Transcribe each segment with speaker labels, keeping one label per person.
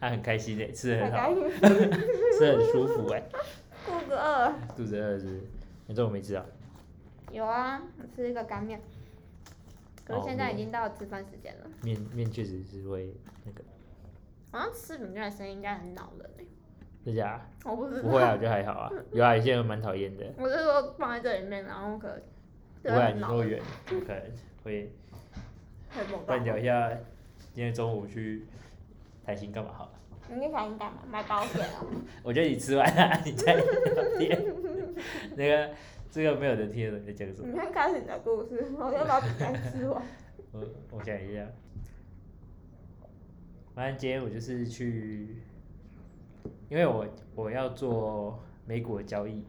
Speaker 1: 他很开心诶，欸吃 的
Speaker 2: 很
Speaker 1: 很好
Speaker 2: 开，心。
Speaker 1: 吃的很舒服诶，欸
Speaker 2: 顾个饿。
Speaker 1: 肚子饿是不是？你这我没吃啊？
Speaker 2: 有啊，我吃一个干面。可
Speaker 1: 哦
Speaker 2: 是现在已
Speaker 1: 面
Speaker 2: 经到吃饭时间了，
Speaker 1: 面面确实是会那个，
Speaker 2: 好像吃饼干的声音应该很恼人、欸、
Speaker 1: 大家
Speaker 2: 我不知
Speaker 1: 不会啊，
Speaker 2: 道。
Speaker 1: 我觉得还好啊，有啊，有些人蛮讨厌的，
Speaker 2: 我是说放在这里面，然后可能
Speaker 1: 不
Speaker 2: 对
Speaker 1: 会啊，
Speaker 2: 很
Speaker 1: 你
Speaker 2: 恼
Speaker 1: 那么
Speaker 2: 人，
Speaker 1: 远，怎么可能会？
Speaker 2: 很猛
Speaker 1: 不然聊
Speaker 2: 爆。
Speaker 1: 一下今天中午去台新干嘛好了？
Speaker 2: 你那想干嘛？买保险啊？
Speaker 1: 我觉得你吃完了、你再聊天，那个这个没有人听得懂你在讲什么。
Speaker 2: 你看开始你的故事，我要把饼干吃完。
Speaker 1: 我我想一下，反正今天我就是去，因为我我要做美股的交易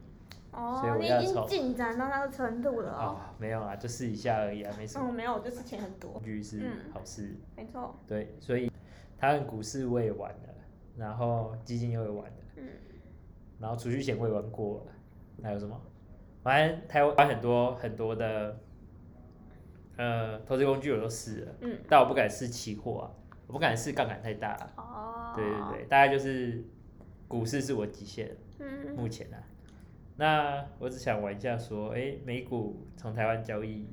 Speaker 1: 所以
Speaker 2: 哦，
Speaker 1: 我
Speaker 2: 你
Speaker 1: 要
Speaker 2: 已经
Speaker 1: 从
Speaker 2: 进展到那个程度了哦。
Speaker 1: 哦，没有啊，就试一下而已啊，没什
Speaker 2: 嗯，
Speaker 1: 么，
Speaker 2: 没有，我就是钱很多。
Speaker 1: 工具是
Speaker 2: 嗯
Speaker 1: 好事。
Speaker 2: 没错，
Speaker 1: 对，所以他们股市我也玩了，然后基金我也玩了，
Speaker 2: 嗯
Speaker 1: 然后储蓄险我也玩过了，还有什么？反正台湾很多很多的，呃，投资工具我都试了，
Speaker 2: 嗯。
Speaker 1: 但我不敢试期货啊，我不敢试杠杆太大、啊。
Speaker 2: 哦。
Speaker 1: 对对。对，大概就是股市是我极限，
Speaker 2: 嗯
Speaker 1: 目前啊。那我只想玩一下，说，哎、美股从台湾交易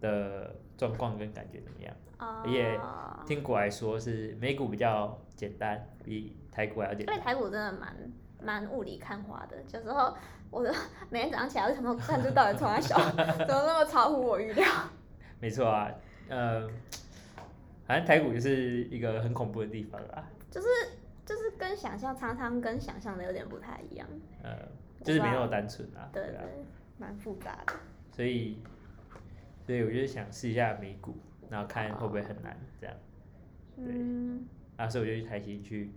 Speaker 1: 的状况跟感觉怎么样？
Speaker 2: 哦。
Speaker 1: 也听股来说是美股比较简单，比台股还要简
Speaker 2: 因
Speaker 1: 单
Speaker 2: 为。台股真的蛮蛮雾里看花的，有时候我都 每天早上起来我就想说，看这到底从哪小， 怎么那么超乎我预料？
Speaker 1: 没错啊，呃，反正台股就是一个很恐怖的地方啊，
Speaker 2: 就是就是跟想象常常跟想象的有点不太一样，
Speaker 1: 呃，就是没那么单纯啊，
Speaker 2: 对
Speaker 1: 啊，
Speaker 2: 对，蛮复杂的。
Speaker 1: 所以，所以我就想试一下美股，然后看会不会很难这样。对
Speaker 2: 嗯，
Speaker 1: 啊，所以我就去台新去，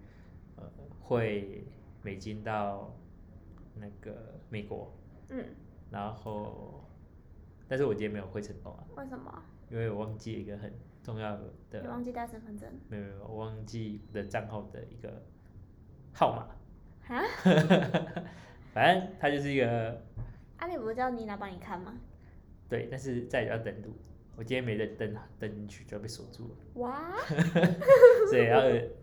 Speaker 1: 呃，汇美金到那个美国，
Speaker 2: 嗯，
Speaker 1: 然后，但是我今天没有汇成功啊，
Speaker 2: 为什么？
Speaker 1: 因为我忘记一个很重要
Speaker 2: 你
Speaker 1: 的，
Speaker 2: 忘记带身份证？
Speaker 1: 没有没有，我忘记我的账号的一个号码，
Speaker 2: 啊？
Speaker 1: 反正它就是一个
Speaker 2: 啊，你不是叫妮娜帮你看吗？
Speaker 1: 对，但是再也要登录，我今天没登登登进去就要被锁住了，
Speaker 2: 哇，
Speaker 1: 所以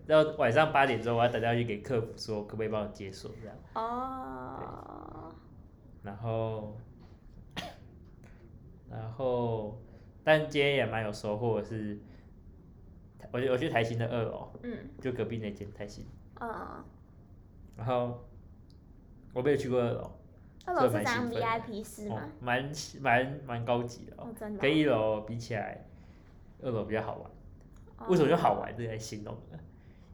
Speaker 1: 要要晚上八点钟我要打电话去给客服说可不可以帮我解锁这样。
Speaker 2: 哦，
Speaker 1: 然后， 然后，但今天也蛮有收获的是，我去我去台新的二楼，
Speaker 2: 嗯
Speaker 1: 就隔壁那间台新，
Speaker 2: 嗯，
Speaker 1: 然后我没有去过二楼，
Speaker 2: 二楼
Speaker 1: 这
Speaker 2: 是
Speaker 1: 蛮
Speaker 2: 张
Speaker 1: 兴奋的
Speaker 2: VIP 室
Speaker 1: 哦
Speaker 2: 吗？
Speaker 1: 蛮蛮蛮高级的哦
Speaker 2: 哦，，真的
Speaker 1: 跟一楼比起来，二楼比较好玩。
Speaker 2: 哦。
Speaker 1: 为什么就好玩这来形容呢？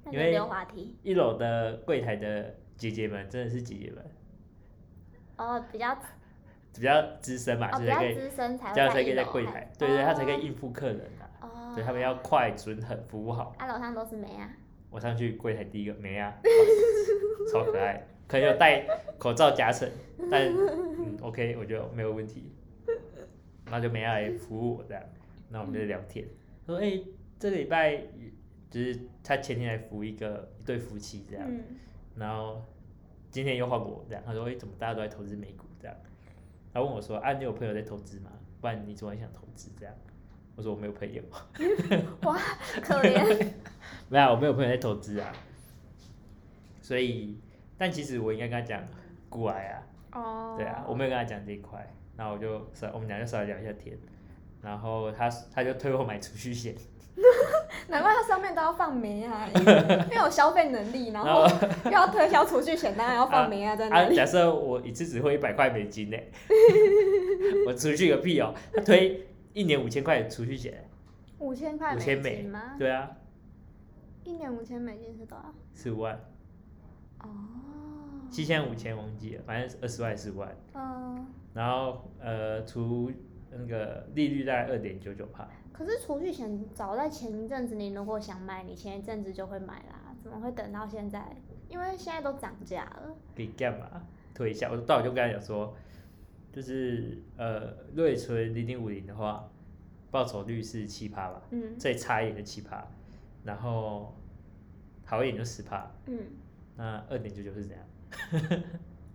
Speaker 2: 那
Speaker 1: 因
Speaker 2: 就
Speaker 1: 为
Speaker 2: 溜滑梯。
Speaker 1: 一楼的柜台的姐姐们真的是姐姐们，
Speaker 2: 哦，比较
Speaker 1: 比较资深嘛，
Speaker 2: 哦，
Speaker 1: 所
Speaker 2: 比
Speaker 1: 以才
Speaker 2: 较
Speaker 1: 可以，
Speaker 2: 资深才会
Speaker 1: 这样才
Speaker 2: 一
Speaker 1: 可以在
Speaker 2: 楼
Speaker 1: 柜
Speaker 2: 看
Speaker 1: 台，对对，她才可
Speaker 2: 哦
Speaker 1: 以应付客人啊。
Speaker 2: 哦，
Speaker 1: 对他们要快、准、狠，服务好。
Speaker 2: 啊，楼上都是没啊，
Speaker 1: 我上去柜台第一个没啊， 超可爱，可能有戴口罩夹层，但嗯 OK，我觉得没有问题。然后就没啊来服务我这样，那我们就聊天，说哎、这个礼拜就是他前天来服一个一对夫妻这样，
Speaker 2: 嗯，
Speaker 1: 然后今天又换我这样，他说哎、怎么大家都在投资美股这样？他问我说啊你有朋友在投资吗？不然你怎么会想投资这样？我说我没有朋友。
Speaker 2: 可怜，
Speaker 1: 没有啊，我没有朋友在投资啊，所以，但其实我应该跟他讲股癌啊，
Speaker 2: 哦
Speaker 1: 对啊，我没有跟他讲这一块，然后我就稍我们俩就稍微聊一下天，然后他他就推我买储蓄险，
Speaker 2: 难怪它上面都要放煤啊， 因为因为有消费能力，然后又要推销出去，显然要放煤啊在那
Speaker 1: 哦啊，
Speaker 2: 里，
Speaker 1: 假设我一次只汇一百块美金呢、 我储蓄个屁哦，他推一年五千块的储蓄险，
Speaker 2: 五千块
Speaker 1: 5000美
Speaker 2: 金吗？
Speaker 1: 对啊，
Speaker 2: 一年五千美金是多少？
Speaker 1: 十五万，
Speaker 2: 哦，
Speaker 1: 七千五千忘记了，反正二十万十五万，
Speaker 2: 嗯，
Speaker 1: 然后呃除那个利率大概二点九九帕。
Speaker 2: 可是储蓄险早在前一阵子，你如果想买，你前一阵子就会买啦，怎么会等到现在？因为现在都涨价了，
Speaker 1: 给干嘛推一下？我到我就跟他讲说，就是呃，瑞存零零五零的话，报酬率是七趴吧，
Speaker 2: 嗯
Speaker 1: 最差一点就七趴，然后好一点就十趴，
Speaker 2: 嗯，
Speaker 1: 那二点九九是怎样？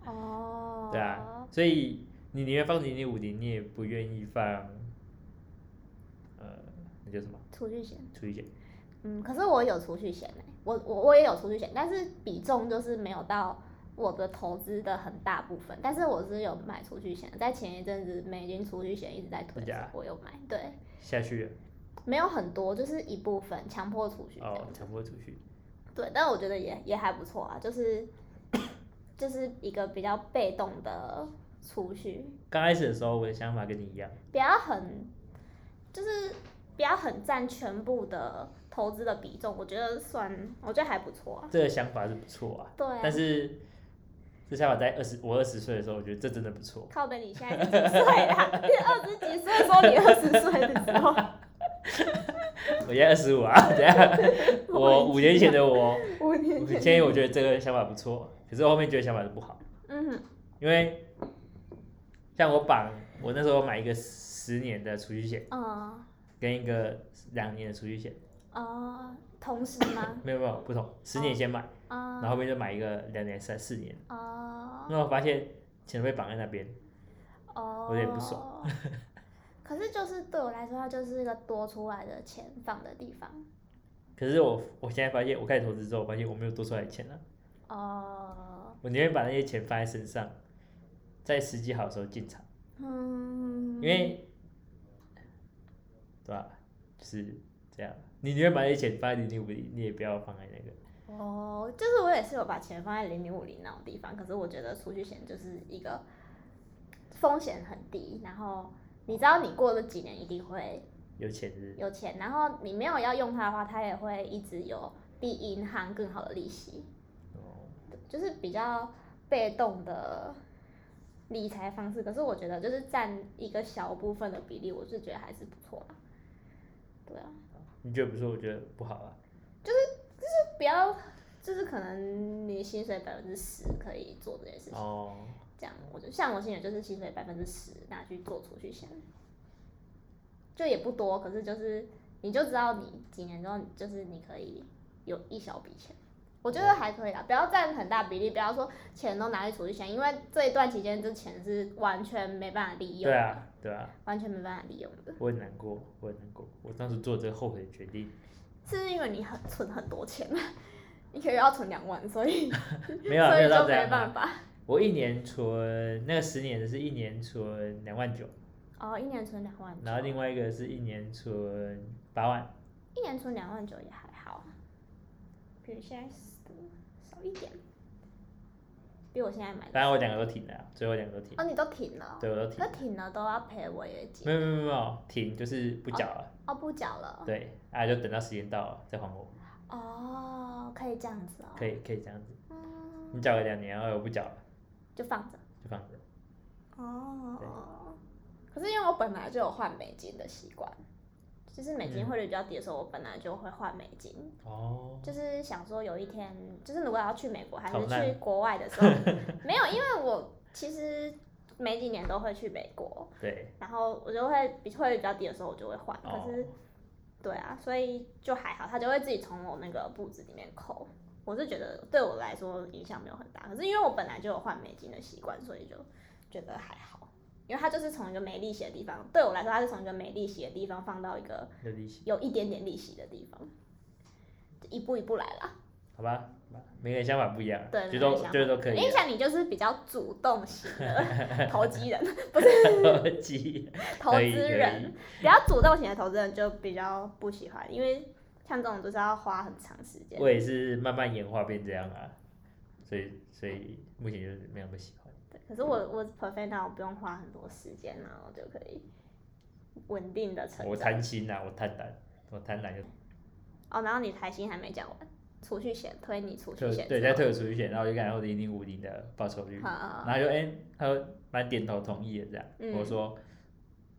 Speaker 2: 哦，
Speaker 1: 对啊，所以你宁愿放零零五零，你也不愿意放，呃，那叫什么？
Speaker 2: 储蓄险。
Speaker 1: 储蓄险？
Speaker 2: 嗯，可是我有储蓄险哎、我我我也有储蓄险，但是比重就是没有到我的投资的很大部分，但是我是有买储蓄险的，在前一阵子美金储蓄险一直在推
Speaker 1: 真假，
Speaker 2: 我有买，对，
Speaker 1: 下去了
Speaker 2: 没有很多，就是一部分强迫储蓄这样
Speaker 1: 哦，强迫储蓄，
Speaker 2: 对，但我觉得也也还不错啊，就是 就是一个比较被动的储蓄，
Speaker 1: 刚开始的时候我的想法跟你一样，
Speaker 2: 不要很就是不要很占全部的投资的比重，我觉得算我觉得还不错啊。
Speaker 1: 这个想法是不错啊，
Speaker 2: 对啊，
Speaker 1: 但是这想法在二十我二十岁的时候，我觉得这真的不错。
Speaker 2: 靠北，你现在几岁啊？ 你二十几岁说你二十岁的时候，
Speaker 1: 我现在二十五啊，等一下 我五年前的我，
Speaker 2: 五 年
Speaker 1: 五年
Speaker 2: 前，
Speaker 1: 前我觉得这个想法不错，可是我后面觉得想法是不好，
Speaker 2: 嗯哼，
Speaker 1: 因为像我绑，我那时候买一个十年的储蓄险，
Speaker 2: 哦
Speaker 1: 跟一个两年的储蓄险，
Speaker 2: 哦，同时吗？
Speaker 1: 没有没有不同，十年先买，然后
Speaker 2: 啊
Speaker 1: 后面就买一个两年、三四年，
Speaker 2: 哦
Speaker 1: 那我发现钱被绑在那边，
Speaker 2: 哦，
Speaker 1: 有点不
Speaker 2: 爽。 可是就是对我来说，它就是一个多出来的钱放的地方。
Speaker 1: 可是我我现在发现，我开始投资之后，我发现我没有多出来的钱了、
Speaker 2: 哦，
Speaker 1: 我宁愿把那些钱放在身上，在时机好的时候进场。
Speaker 2: 嗯，
Speaker 1: 因为，对吧、就是这样。你宁愿把那些钱放在零零五零，你也不要放在那个。
Speaker 2: 哦，就是我也是有把钱放在零零五零那种地方，可是我觉得储蓄险就是一个风险很低，然后你知道你过了几年一定会
Speaker 1: 有钱是
Speaker 2: 有钱，然后你没有要用它的话，它也会一直有比银行更好的利息，
Speaker 1: 哦，
Speaker 2: 就是比较被动的理财方式。可是我觉得就是占一个小部分的比例，我是觉得还是不错啦。对啊，
Speaker 1: 你觉得不错，我觉得不好啊。
Speaker 2: 就不要就是可能你薪水百分之十可以做这件事情，
Speaker 1: 哦，
Speaker 2: 这样我就像我薪水就是薪水百分之十拿去做储蓄险，就也不多，可是就是你就知道你几年之后就是你可以有一小笔钱，我觉
Speaker 1: 嗯
Speaker 2: 得还可以啦，不要占很大比例，不要说钱都拿去储蓄险，因为这一段期间这钱是完全没办法利用
Speaker 1: 对
Speaker 2: 的，
Speaker 1: 啊，对啊，
Speaker 2: 完全没办法利用的，
Speaker 1: 我很难过，我很难过。我当时做这个后悔的决 定，
Speaker 2: 是因为你很存很多钱啊嘛， 一个月要存两万，所以
Speaker 1: 没有啊，
Speaker 2: 所
Speaker 1: 没
Speaker 2: 以
Speaker 1: 有到这
Speaker 2: 就没
Speaker 1: 样
Speaker 2: 办
Speaker 1: 啊。
Speaker 2: 法。
Speaker 1: 我一年存那个十年的是一年存两万九，
Speaker 2: 哦，一年存两万
Speaker 1: 然后
Speaker 2: 九，
Speaker 1: 另外一个是一年存八万，
Speaker 2: 一年存两万九也还好啊，比现在少一点，比我现在买的
Speaker 1: 反正我两个都停了啊，最后两个都停，
Speaker 2: 哦，你都停了哦，
Speaker 1: 对我都停
Speaker 2: 那。停了都要赔违约金
Speaker 1: 没有没有没有没有停，就是不缴了。
Speaker 2: 哦，不缴了
Speaker 1: 对，啊，就等到时间到了再还我。
Speaker 2: 哦，可以这样子哦，
Speaker 1: 可以可以这样子，
Speaker 2: 嗯，
Speaker 1: 你缴个两年，然后我不缴了，
Speaker 2: 就放着
Speaker 1: 就放着。
Speaker 2: 哦。可是因为我本来就有换美金的习惯，就是美金
Speaker 1: 嗯
Speaker 2: 汇率比较低的时候，我本来就会换美金，
Speaker 1: 哦，
Speaker 2: 就是想说有一天，就是如果要去美国还
Speaker 1: 逃
Speaker 2: 是
Speaker 1: 难
Speaker 2: 去国外的时候， 没有，因为我其实每几年都会去美国，
Speaker 1: 对，
Speaker 2: 然后我就会比汇率比较低的时候我就会换，
Speaker 1: 哦
Speaker 2: 可是、对啊，所以就还好，他就会自己从我那个簿子里面扣。我是觉得对我来说影响没有很大，可是因为我本来就有换美金的习惯，所以就觉得还好。因为它就是从一个没利息的地方，对我来说，它是从一个没利息的地方放到一个
Speaker 1: 有利息，
Speaker 2: 有一点点利息的地方，就一步一步来啦。
Speaker 1: 好吧，好吧每个人想法不一样啊，
Speaker 2: 对
Speaker 1: 觉得都
Speaker 2: 每个人想法
Speaker 1: 觉得都 可以
Speaker 2: 因为
Speaker 1: 啊。
Speaker 2: 像你就是比较主动型 的投机人，不是
Speaker 1: 鸡
Speaker 2: 投资人，比较主动型的投资人就比较不喜欢，因为像这种就是要花很长时间。
Speaker 1: 我也是慢慢演化变这样啊，所以所以目前就是没有那么喜欢。
Speaker 2: 对可是我我 perfect now 不用花很多时间，然后就可以稳定的成
Speaker 1: 我
Speaker 2: 长。
Speaker 1: 贪心啊，我贪婪，我贪婪就
Speaker 2: 哦，然后你台新还没讲完，储蓄险推你储蓄
Speaker 1: 就
Speaker 2: 险
Speaker 1: 对，
Speaker 2: 之
Speaker 1: 在
Speaker 2: 后，嗯
Speaker 1: 特有储蓄险，然后我就感觉我零零五零的报酬率，
Speaker 2: 好好，好
Speaker 1: 然后就哎、他说蛮点头同意的这样，
Speaker 2: 啊嗯
Speaker 1: 我说，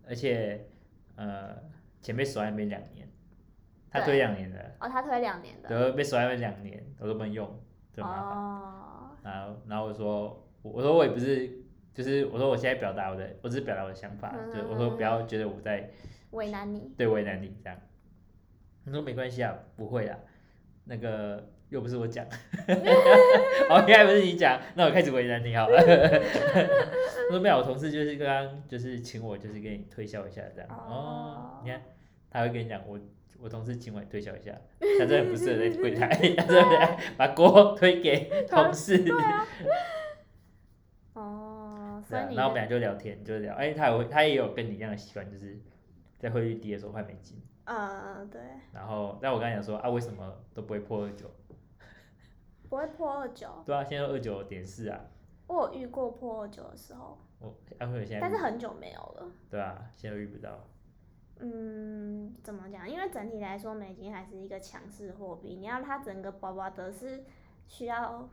Speaker 1: 而且呃前被锁还没两年，他
Speaker 2: 对
Speaker 1: 推两年的，
Speaker 2: 哦，他推两年的，
Speaker 1: 然后被锁还没两年，我都没用，就麻烦。
Speaker 2: 哦，
Speaker 1: 然后然后我说我我说我也不是，就是我说我现在表达我的，我只是表达我的想
Speaker 2: 嗯
Speaker 1: 法，就是我说不要觉得我在
Speaker 2: 为难你，
Speaker 1: 对为难你这样。他说没关系啊，不会啊，那个又不是我 讲，哦，原来不是你讲，那我开始为难你好了。我说没有，我同事就是哦刚刚就是请我就是给你推销一下这样。哦，你看他会跟你讲，我我同事请我推销一下，他真的不适合在柜台，他真的把锅推给同事。
Speaker 2: 对啊。哦，
Speaker 1: 是
Speaker 2: 所以
Speaker 1: 啊，
Speaker 2: 你
Speaker 1: 然后我们俩
Speaker 2: 的
Speaker 1: 就聊天，就聊，哎、他也会，他也有跟你一样的习惯，就是在汇率低的时候换美金。
Speaker 2: 呃，对，
Speaker 1: 然后，但我刚才讲说啊，为什么都不会破二九？
Speaker 2: 不会破二九，
Speaker 1: 对啊，现在二九点四啊，
Speaker 2: 我有遇过破二九的时候，
Speaker 1: 我安徽现在
Speaker 2: 但是很久没有了。
Speaker 1: 对啊，现在遇不到。
Speaker 2: 嗯，怎么讲？因为整体来说，美金还是一个强势货币，你让它整个薄薄的是需
Speaker 1: 啊
Speaker 2: 要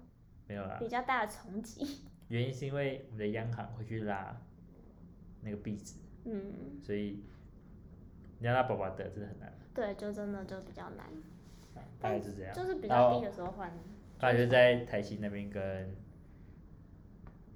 Speaker 1: 没有啦，
Speaker 2: 比较大的冲击。
Speaker 1: 原因是因为我们的央行会去拉那个币值，
Speaker 2: 嗯，
Speaker 1: 所以你要拉宝宝的真的很难，
Speaker 2: 对，就真的就比较难，
Speaker 1: 大概是这样。
Speaker 2: 就是比
Speaker 1: 啊然
Speaker 2: 较
Speaker 1: 后
Speaker 2: 低的时候换。
Speaker 1: 他就在台西那边跟，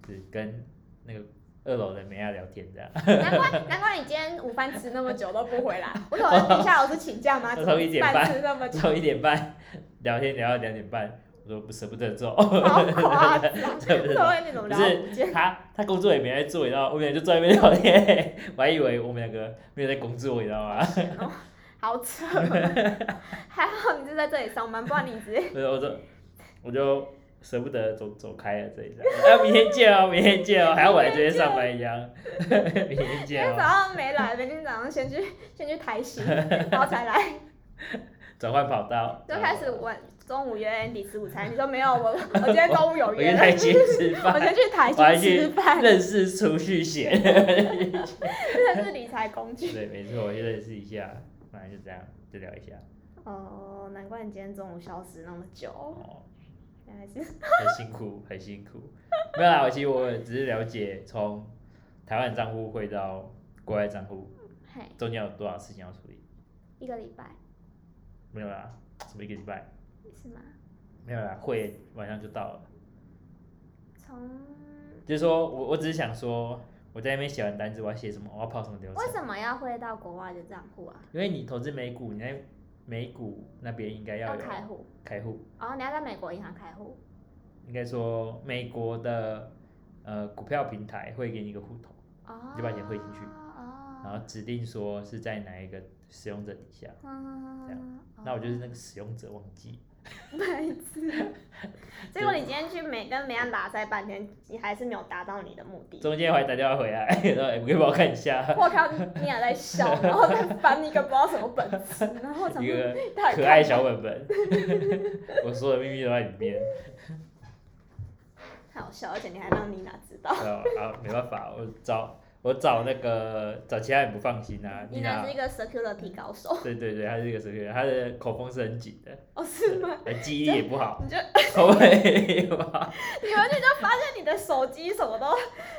Speaker 1: 就是跟那个二楼的梅亚聊天这 样，
Speaker 2: 难怪难怪你今天午饭吃那么久都不回来，我可 能等一下老师请假吗？
Speaker 1: 我
Speaker 2: 怎
Speaker 1: 从
Speaker 2: 么
Speaker 1: 一点
Speaker 2: 饭
Speaker 1: 半
Speaker 2: 吃那 么久，
Speaker 1: 从一点半聊天聊到两点半，我说不舍不得走，
Speaker 2: 好夸张！
Speaker 1: 舍不得
Speaker 2: 这
Speaker 1: 走。
Speaker 2: 外面怎么
Speaker 1: 不
Speaker 2: 聊到午
Speaker 1: 是
Speaker 2: 间？
Speaker 1: 他，他工作也没在做，你知道吗，我们俩就坐在那边聊天，我还以为我们两个没有在工作，你知道吗？
Speaker 2: 哦好扯！ 还好你是在这里上班，不然你直接
Speaker 1: 所以我就我就舍不得走走开了这一 站，哎、明天见哦，明天见哦，还要我来这边上班一样， 明天
Speaker 2: 今
Speaker 1: 见
Speaker 2: 天
Speaker 1: 哦，
Speaker 2: 早上没来，明天早上先去先去台西，然后 才来，
Speaker 1: 转换跑道，哦
Speaker 2: 就开始晚中午约 Andy 吃午餐。你说没有，我我今天中午有
Speaker 1: 我去
Speaker 2: 约，
Speaker 1: 台积吃
Speaker 2: 我
Speaker 1: 饭，
Speaker 2: 先去台
Speaker 1: 我还
Speaker 2: 西
Speaker 1: 去
Speaker 2: 吃饭，
Speaker 1: 认识储蓄险，
Speaker 2: 真的是理财工具。
Speaker 1: 对，没错，我去认识一下，反正就这样，就聊一下，
Speaker 2: 哦，难怪你今天中午消失那么久，
Speaker 1: 哦，
Speaker 2: 原来是
Speaker 1: 很辛苦，很辛苦，没有啦，我其实我只是了解从台湾账户汇到国外账户
Speaker 2: 嘿
Speaker 1: 中间有多少事情要处理，
Speaker 2: 一个礼拜
Speaker 1: 没有啦，什么一个礼拜，
Speaker 2: 是吗？
Speaker 1: 没有啦，会晚上就到了。
Speaker 2: 从
Speaker 1: 就是说我我只是想说，我在那边写完单子，我要写什么，我要跑什么流
Speaker 2: 为
Speaker 1: 程。
Speaker 2: 什么要汇到国外的账户啊？
Speaker 1: 因为你投资美股，你在美股那边应该
Speaker 2: 要
Speaker 1: 有
Speaker 2: 开户
Speaker 1: 开户，
Speaker 2: 哦，你要在美国银行开户
Speaker 1: 应该说美国的呃股票平台会给你一个户头，
Speaker 2: 哦，
Speaker 1: 你就把钱汇进去然
Speaker 2: 哦，
Speaker 1: 后指定说是在哪一个使用者底下。这
Speaker 2: 嗯，
Speaker 1: 那我就是那个使用者忘记，
Speaker 2: 白痴。 结果你今天去美跟美安打赛半天，你还是没有达到你的目的。
Speaker 1: 中间我还打电话回来， 然后哎，可以帮我看一 下
Speaker 2: 我靠，你你也在笑，然后在翻一个不知道什么本子，然后怎
Speaker 1: 一
Speaker 2: 么
Speaker 1: 个
Speaker 2: 到底
Speaker 1: 可爱小本 本，我所有的秘密都在里面。
Speaker 2: 太好笑，而且你还让妮娜知道。
Speaker 1: 对啊，啊没办法，我找我找那个找其他人不放心啊。
Speaker 2: 妮娜是一个 security 高手，
Speaker 1: 对对对，他是一个手机，他的口风是很紧的，
Speaker 2: 哦是吗？
Speaker 1: 呃记忆力也不好，
Speaker 2: 你就
Speaker 1: 口味也不好。
Speaker 2: 你回去就发现你的手机什么都，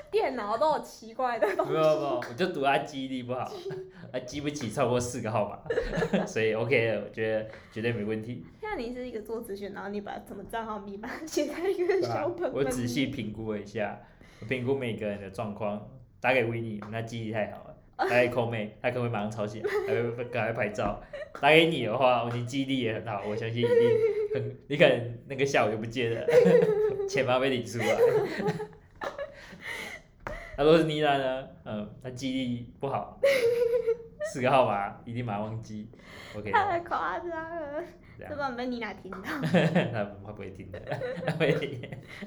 Speaker 2: 电脑都有奇怪的东
Speaker 1: 没
Speaker 2: 西。
Speaker 1: 有没有，我就赌他记忆力不 好，他记不起超过四个号码， 所以 OK 的，我觉得绝对没问题。
Speaker 2: 像你是一个做咨询，然后你把什么账号密码写在一个
Speaker 1: 对吧
Speaker 2: 小本
Speaker 1: 我
Speaker 2: 本
Speaker 1: 仔
Speaker 2: 里，
Speaker 1: 细评估了一下，我评估每个人的状况，打给维尼，那记忆太好了。打给扣妹，他可能会马上抄起来，还会赶快拍照。打给你的话，你记忆力也很好，我相信一定很，你可能那个下午就不见了， 钱包被领出来。他说是妮娜呢，嗯，她记忆力不好，四个号码一定马上忘记。OK，
Speaker 2: 太夸张了，
Speaker 1: 这
Speaker 2: 哎这
Speaker 1: 样
Speaker 2: 本被妮娜听到，
Speaker 1: 他不会听的，他会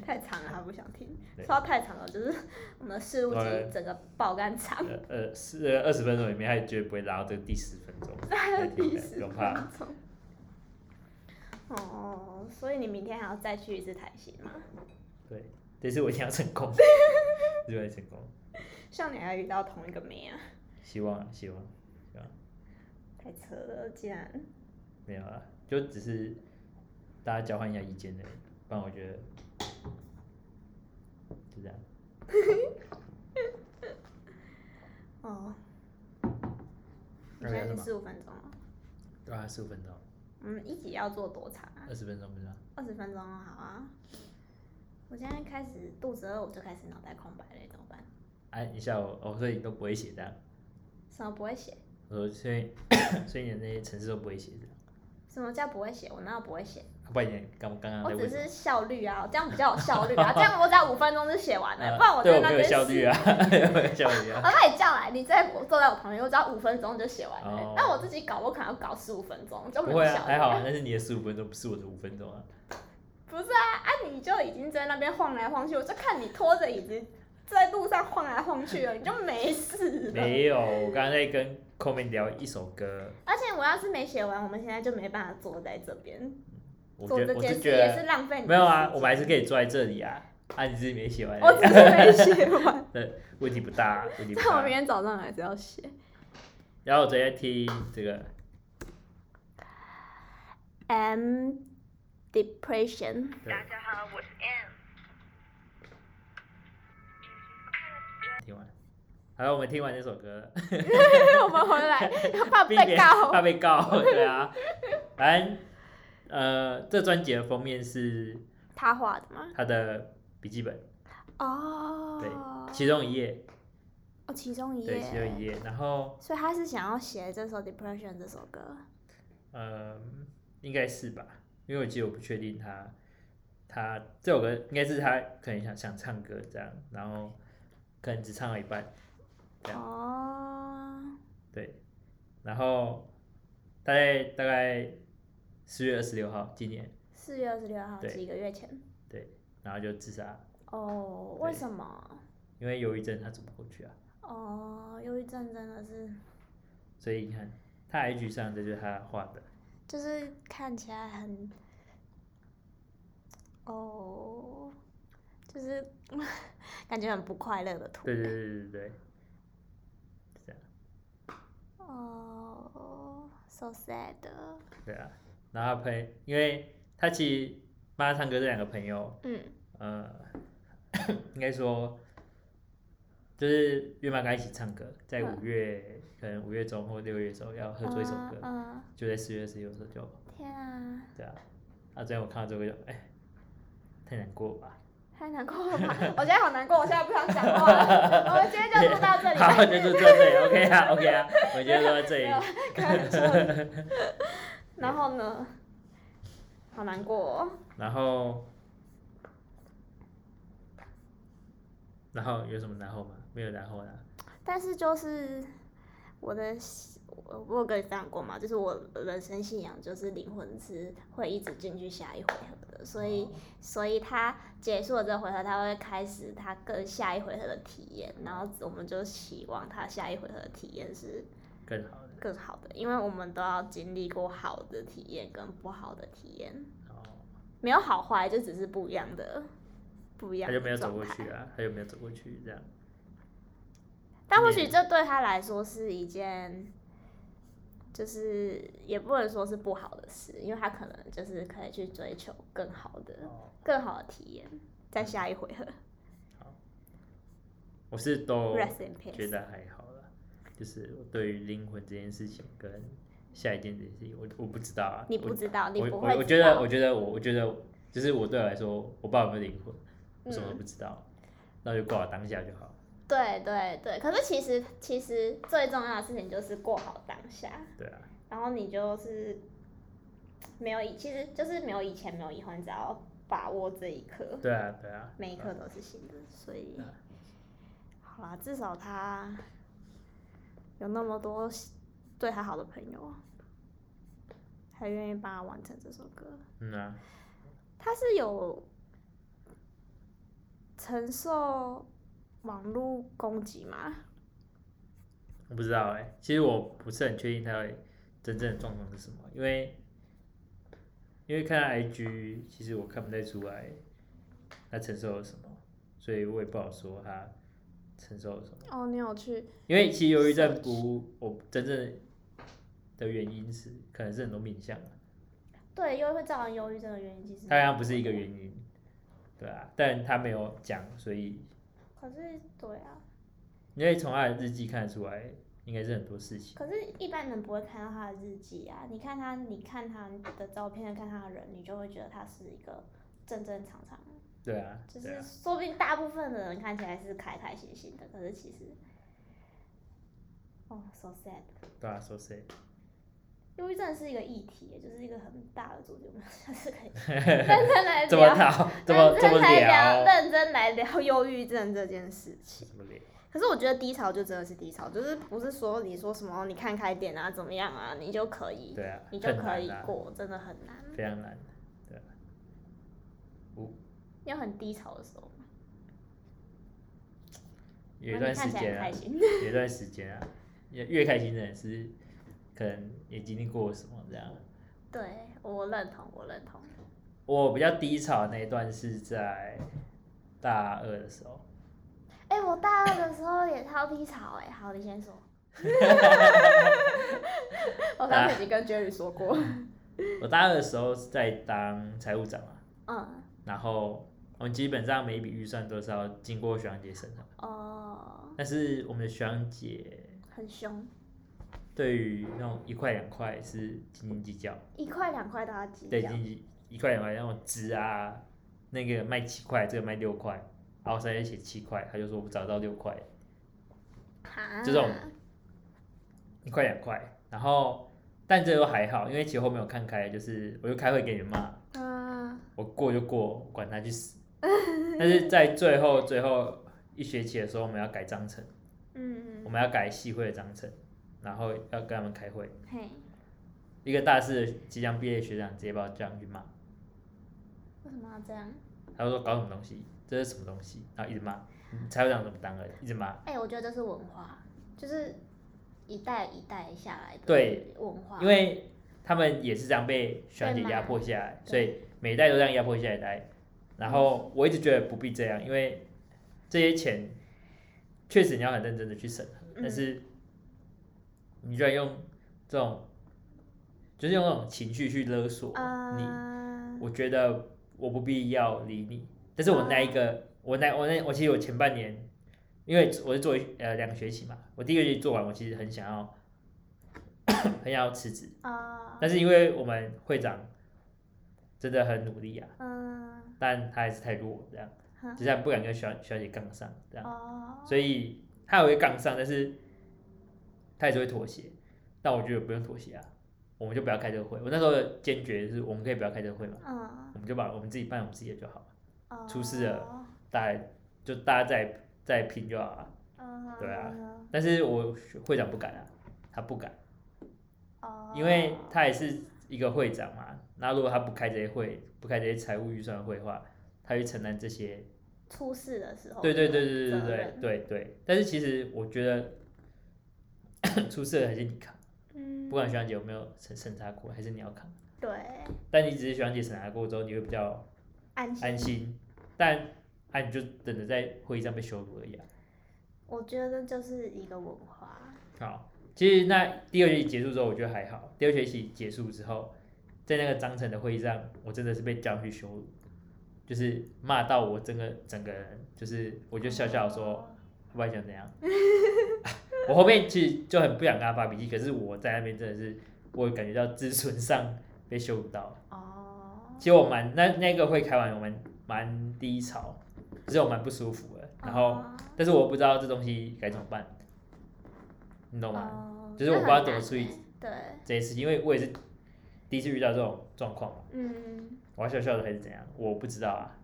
Speaker 2: 太长了，她不想听。
Speaker 1: 对
Speaker 2: 说到太长了，就是 我们的事务
Speaker 1: 对
Speaker 2: 机整个爆肝长，
Speaker 1: 呃呃是二十分钟里面，他绝对不会拉到这个第十分钟，
Speaker 2: 在
Speaker 1: 不会
Speaker 2: 第
Speaker 1: 听的
Speaker 2: 十
Speaker 1: 不用
Speaker 2: 分
Speaker 1: 怕。
Speaker 2: 钟。哦，所以你明天还要再去一次台西吗？
Speaker 1: 这次我一定要成功，这次我会成功，
Speaker 2: 希望你还要遇到同一个妹啊，
Speaker 1: 希望啊，希望
Speaker 2: 太扯了，竟然。
Speaker 1: 没有啊，就只是大家交换一下意见的，不然我觉得就这样。
Speaker 2: 哦，你
Speaker 1: 那个
Speaker 2: 现在
Speaker 1: 什
Speaker 2: 是
Speaker 1: 么
Speaker 2: 十五分钟了，
Speaker 1: 对啊，十五分钟，
Speaker 2: 嗯，一集要做多长啊？
Speaker 1: 二十分钟不是吗？
Speaker 2: 二十分钟哦好啊。我现在开始肚子饿，我就开始脑袋空白了，怎么办？
Speaker 1: 哎、你下午哦，所以你都不会写这样，
Speaker 2: 什么不会写？
Speaker 1: 我说所以所以你的那些城市都不会写这样啊
Speaker 2: 什么叫不会写？我哪有不会写？
Speaker 1: 不然你刚刚刚
Speaker 2: 我
Speaker 1: 在问
Speaker 2: 只
Speaker 1: 什么？
Speaker 2: 是效率啊，这样比较有效率啊，这样我只要五分钟就写完了，
Speaker 1: 啊
Speaker 2: 不然我
Speaker 1: 对
Speaker 2: 在
Speaker 1: 我
Speaker 2: 那
Speaker 1: 没有
Speaker 2: 边
Speaker 1: 效率啊， 没有效率啊。
Speaker 2: 啊，那你这样来，你在我坐在我旁边，我只要五分钟就写完了
Speaker 1: 哦。
Speaker 2: 但我自己搞，我可能要搞十五分钟，就没
Speaker 1: 不
Speaker 2: 有
Speaker 1: 会
Speaker 2: 效
Speaker 1: 啊，
Speaker 2: 率。
Speaker 1: 还好啊，那是你的十五分钟，不是我的五分钟啊。
Speaker 2: 不是啊，啊，你就已经在那边晃来晃去，我就看你拖着椅子在路上晃来晃去了，你就没事了。
Speaker 1: 没有，我刚刚在跟 Coleman 聊一首歌，
Speaker 2: 而且我要是没写完，我们现在就没办法坐在这边
Speaker 1: 我
Speaker 2: 做
Speaker 1: 觉
Speaker 2: 这
Speaker 1: 得我
Speaker 2: 件
Speaker 1: 是
Speaker 2: 事，
Speaker 1: 觉
Speaker 2: 也是
Speaker 1: 得
Speaker 2: 浪费你的
Speaker 1: 没有啊
Speaker 2: 时，间
Speaker 1: 我们还是可以坐在这里啊。啊，你自己没写完而
Speaker 2: 我
Speaker 1: 已
Speaker 2: 只
Speaker 1: 啊，
Speaker 2: 是没写 完，
Speaker 1: 问题不大啊，问题不
Speaker 2: 但我
Speaker 1: 大
Speaker 2: 明
Speaker 1: 啊。
Speaker 2: 天早上还是要写。
Speaker 1: 然后我昨天听这个
Speaker 2: M 嗯 depression，
Speaker 1: 对
Speaker 3: 大家好，我是 Ann。
Speaker 1: 听完，好了，我们听完这首歌了，
Speaker 2: 我们 回来怕
Speaker 1: 避
Speaker 2: 被
Speaker 1: 免
Speaker 2: 告。
Speaker 1: 怕被告，对啊。反正呃，这专辑的封面是
Speaker 2: 他画的吗？
Speaker 1: 他的笔记本，
Speaker 2: 哦，
Speaker 1: 对其中一页，
Speaker 2: 哦，其中一
Speaker 1: 对，其中
Speaker 2: 页，
Speaker 1: 一页，然后
Speaker 2: 所以他是想要写这首《Depression》这首歌。
Speaker 1: 嗯，应该是吧，因为我其实我不确定他他这首歌应该是他可能想想唱歌这样，然后可能只唱了一半，对啊
Speaker 2: 哦，
Speaker 1: 对，然后大概大概四月二十六号今年，
Speaker 2: 四月二十六号，
Speaker 1: 对
Speaker 2: 几个月前。
Speaker 1: 然后就自杀，
Speaker 2: 哦，
Speaker 1: 对
Speaker 2: 为什么？
Speaker 1: 因为忧郁症他走不过去啊，
Speaker 2: 哦，忧郁症真的是，
Speaker 1: 所以你看他 IG 上这就是他画的，
Speaker 2: 就是看起来很，哦，就是 感觉很不快乐的图。
Speaker 1: 对对对对对对，
Speaker 2: 哦，so sad。
Speaker 1: 对啊，然后他朋，因为他其实妈唱歌这两个朋友。
Speaker 2: 嗯
Speaker 1: 呃， 应该说，就是月妈跟他一起唱歌，在
Speaker 2: 嗯
Speaker 1: 五月、可能五月中或六月的时候要合作一首歌，
Speaker 2: 嗯，
Speaker 1: 就在四月十六的时候就
Speaker 2: 嗯天啊，
Speaker 1: 对啊。啊，昨天我看到这个就哎、太难过了吧？
Speaker 2: 太难过了吧！我现在好难过，我现在不想讲话了。我们今天就录到这 里，
Speaker 1: 好，就就这里，OK 啊，OK 啊，我觉得说这
Speaker 2: 没有
Speaker 1: 里，
Speaker 2: 开玩笑。然后呢？好难过、哦。
Speaker 1: 然后，然后有什么然后吗？没有然后啦。
Speaker 2: 但是就是我的信，我我有跟你分享过嘛，就是我人生信仰就是灵魂是会一直进去下一回合的，所
Speaker 1: 哦
Speaker 2: 以所以他结束了这回合，他会开始他更下一回合的体验，然后我们就期望他下一回合的体验是
Speaker 1: 更好的，
Speaker 2: 更好的，因为我们都要经历过好的体验跟不好的体验，
Speaker 1: 然后
Speaker 2: 没有好坏，就只是不一样的不一样
Speaker 1: 他
Speaker 2: 的
Speaker 1: 就没有走
Speaker 2: 状
Speaker 1: 过
Speaker 2: 态
Speaker 1: 去啊，他就没有走过去这样。
Speaker 2: 但或许这对他来说是一件，就是也不能说是不好的事，因为他可能就是可以去追求更好的、
Speaker 1: 哦
Speaker 2: 更好的体验，在下一回合。
Speaker 1: 我是都
Speaker 2: Rest in
Speaker 1: 觉
Speaker 2: peace。
Speaker 1: 得还好啦，就是我对于灵魂这件事情跟下一件这件事情，我我不知道啊，
Speaker 2: 你不知道，你
Speaker 1: 我
Speaker 2: 不
Speaker 1: 我
Speaker 2: 会知道。
Speaker 1: 我我觉得我觉得我我觉得就是我对我来说，我爸有没有灵魂，我什么都不知道，
Speaker 2: 嗯
Speaker 1: 那就过好当下就好。
Speaker 2: 对对对，可是其实其实最重要的事情就是过好当下，
Speaker 1: 对啊，
Speaker 2: 然后你就是没有以，其实就是没有以前，没有以后，你只要把握这一刻。
Speaker 1: 对啊，对啊，
Speaker 2: 每一刻都是新的，所以
Speaker 1: 对啊
Speaker 2: 好啦，至少他有那么多喜对他好的朋友，还愿意帮他完成这首歌。
Speaker 1: 嗯啊，
Speaker 2: 他是有承受网络攻击吗？
Speaker 1: 我不知道哎、其实我不是很确定他的真正的状况是什么，因为因为看他 IG，其实我看不太出来他承受了什么，所以我也不好说他承受了什么。
Speaker 2: 哦，你有去
Speaker 1: 因为其实忧郁症不，我真正的原因是可能是很多面向啊，
Speaker 2: 对，因为会造成忧郁症的原因，其实
Speaker 1: 它好像不是一个原因，对啊，但他没有讲，所以
Speaker 2: 可是对啊，
Speaker 1: 因为从他的日记看得出来，应该是很多事情，
Speaker 2: 可是一般人不会看到他的日记啊。你看他，你看他的照片，看他的人，你就会觉得他是一个正正常常的
Speaker 1: 对啊，
Speaker 2: 就
Speaker 1: 对
Speaker 2: 是
Speaker 1: 啊，
Speaker 2: 说不定大部分的人看起来是开开心心的，可是其实，哦，so sad。
Speaker 1: 对啊，说谁，
Speaker 2: 忧郁症是一个议题耶，就是一个很大的主题，我们 下次 可以认真来
Speaker 1: 这么
Speaker 2: 聊，
Speaker 1: 聊，这么这么
Speaker 2: 认真来嗯
Speaker 1: 聊，
Speaker 2: 聊，认真来聊忧郁症这件事情。
Speaker 1: 怎么聊？
Speaker 2: 可是我觉得低潮就真的是低潮，就是不是说你说什么哦你看开点啊，怎么样啊，你就可以，
Speaker 1: 对啊，
Speaker 2: 你就
Speaker 1: 很
Speaker 2: 可
Speaker 1: 难
Speaker 2: 以
Speaker 1: 啊，
Speaker 2: 过，真的很难。
Speaker 1: 非常难。哦
Speaker 2: 要很低潮的时候，
Speaker 1: 有一
Speaker 2: 那
Speaker 1: 段
Speaker 2: 哦你看
Speaker 1: 时
Speaker 2: 起来很
Speaker 1: 间啊
Speaker 2: 开，心。
Speaker 1: 有一段时间啊，越越开心的人是可能也经历过什么这样。
Speaker 2: 对我认同，我认同。
Speaker 1: 我比较低潮的那一段是在大二的时候，
Speaker 2: 哎、我大二的时候也超低潮哎、好，你先说。 我刚才已经跟 Jerry 说过，
Speaker 1: 我大二的时候是在当财务长嘛，
Speaker 2: 嗯，
Speaker 1: 然后我们基本上每一笔预算都是要经过学长姐审核，
Speaker 2: 哦，
Speaker 1: 但是我们的学长姐
Speaker 2: 很凶，
Speaker 1: 对于那种一块两块是斤斤计较，
Speaker 2: 一块两块都要计
Speaker 1: 对，
Speaker 2: 较，
Speaker 1: 斤斤一块两块那种值啊，那个卖七块，这个卖六块，然后我在写七块，他就说我找到六块，
Speaker 2: 哈
Speaker 1: 这种一块两块，然后但这都还好，因为其实后面有看开，就是我就开会给你们骂，
Speaker 2: 嗯，
Speaker 1: 我过就过，管他去死。但是在最后最后一学期的时候，我们要改章程，我
Speaker 2: 嗯，
Speaker 1: 们要改系会的章程，然后要跟他们开会。
Speaker 2: 嘿，
Speaker 1: 一个大四的即将毕业的学长直接把我叫上去骂，
Speaker 2: 为什么要这样？
Speaker 1: 他就说搞什么东西，这是什么东西，然后一直骂，你才会长怎么当的，一直骂。
Speaker 2: 哎、我觉得这是文化，就是一代一代下来的
Speaker 1: 对
Speaker 2: 文化，
Speaker 1: 因为他们也是这样被学长姐压迫下来，所
Speaker 2: 对嗯
Speaker 1: 以每一代都这样压迫下一代。然后我一直觉得不必这样，因为这些钱确实你要很认真的去审核，
Speaker 2: 嗯
Speaker 1: 但是你居然用这种，就是用那种情绪去勒索你，
Speaker 2: 嗯，
Speaker 1: 我觉得我不必要理你。但是我那一
Speaker 2: 啊
Speaker 1: 个，我那我那我其实我前半年，因为我是做一呃两个学期嘛，我第一个学期做完，我其实很想要 很想要辞职，
Speaker 2: 啊，
Speaker 1: 但是因为我们会长真的很努力啊，
Speaker 2: 嗯，
Speaker 1: 但他还是太弱，这样，
Speaker 2: 哼
Speaker 1: 就是他不敢跟小小姐杠上，这样，
Speaker 2: 哦，
Speaker 1: 所以他也会杠上，但是他也是会妥协。但我觉得不用妥协啊，我们就不要开这个会。我那时候的坚决是，我们可以不要开这个会嘛，
Speaker 2: 嗯，
Speaker 1: 我们就把我们自己办我们自己的就好了，
Speaker 2: 哦
Speaker 1: 出事了，大家就大家再再拼就好了。
Speaker 2: 嗯，
Speaker 1: 对啊，但是我会长不敢啊，他不敢，
Speaker 2: 哦，
Speaker 1: 因为他也是一个会长嘛。那如果他不开这些会，不开这些财务预算会的话，他去承担这些。
Speaker 2: 出事的时候，
Speaker 1: 对对对对对
Speaker 2: 哦责
Speaker 1: 对
Speaker 2: 任
Speaker 1: 对对。但是其实我觉得出事了还是你扛，
Speaker 2: 嗯，
Speaker 1: 不管学长姐有没有审审查过，还是你要扛。
Speaker 2: 对，
Speaker 1: 但你只是学长姐审查过之后，你会比较
Speaker 2: 安心。
Speaker 1: 安心，但啊你就等着在会议上被羞辱而已啊。
Speaker 2: 我觉得就是一个文化，
Speaker 1: 好，其实那第二学期结束之后，我觉得还好。第二学期结束之后，在那个章程的会议上，我真的是被叫去羞辱，就是骂到我整个整个人，就是我就笑笑说， 啊不然想怎样？我后面其实就很不想跟他发脾气，可是我在那边真的是，我感觉到自尊上被羞辱到。
Speaker 2: 哦，
Speaker 1: 其实我蛮那那个会开完，我们蛮低潮，就是我蛮不舒服的。然后，
Speaker 2: 哦
Speaker 1: 但是我不知道这东西该怎么办，你懂吗？
Speaker 2: 哦
Speaker 1: 就是我不知道怎么处理
Speaker 2: 那很难欸
Speaker 1: 这一次，因为我也是第一次遇到这种状况嘛，
Speaker 2: 对，嗯，
Speaker 1: 我要笑笑的还是怎样，我不知道啊。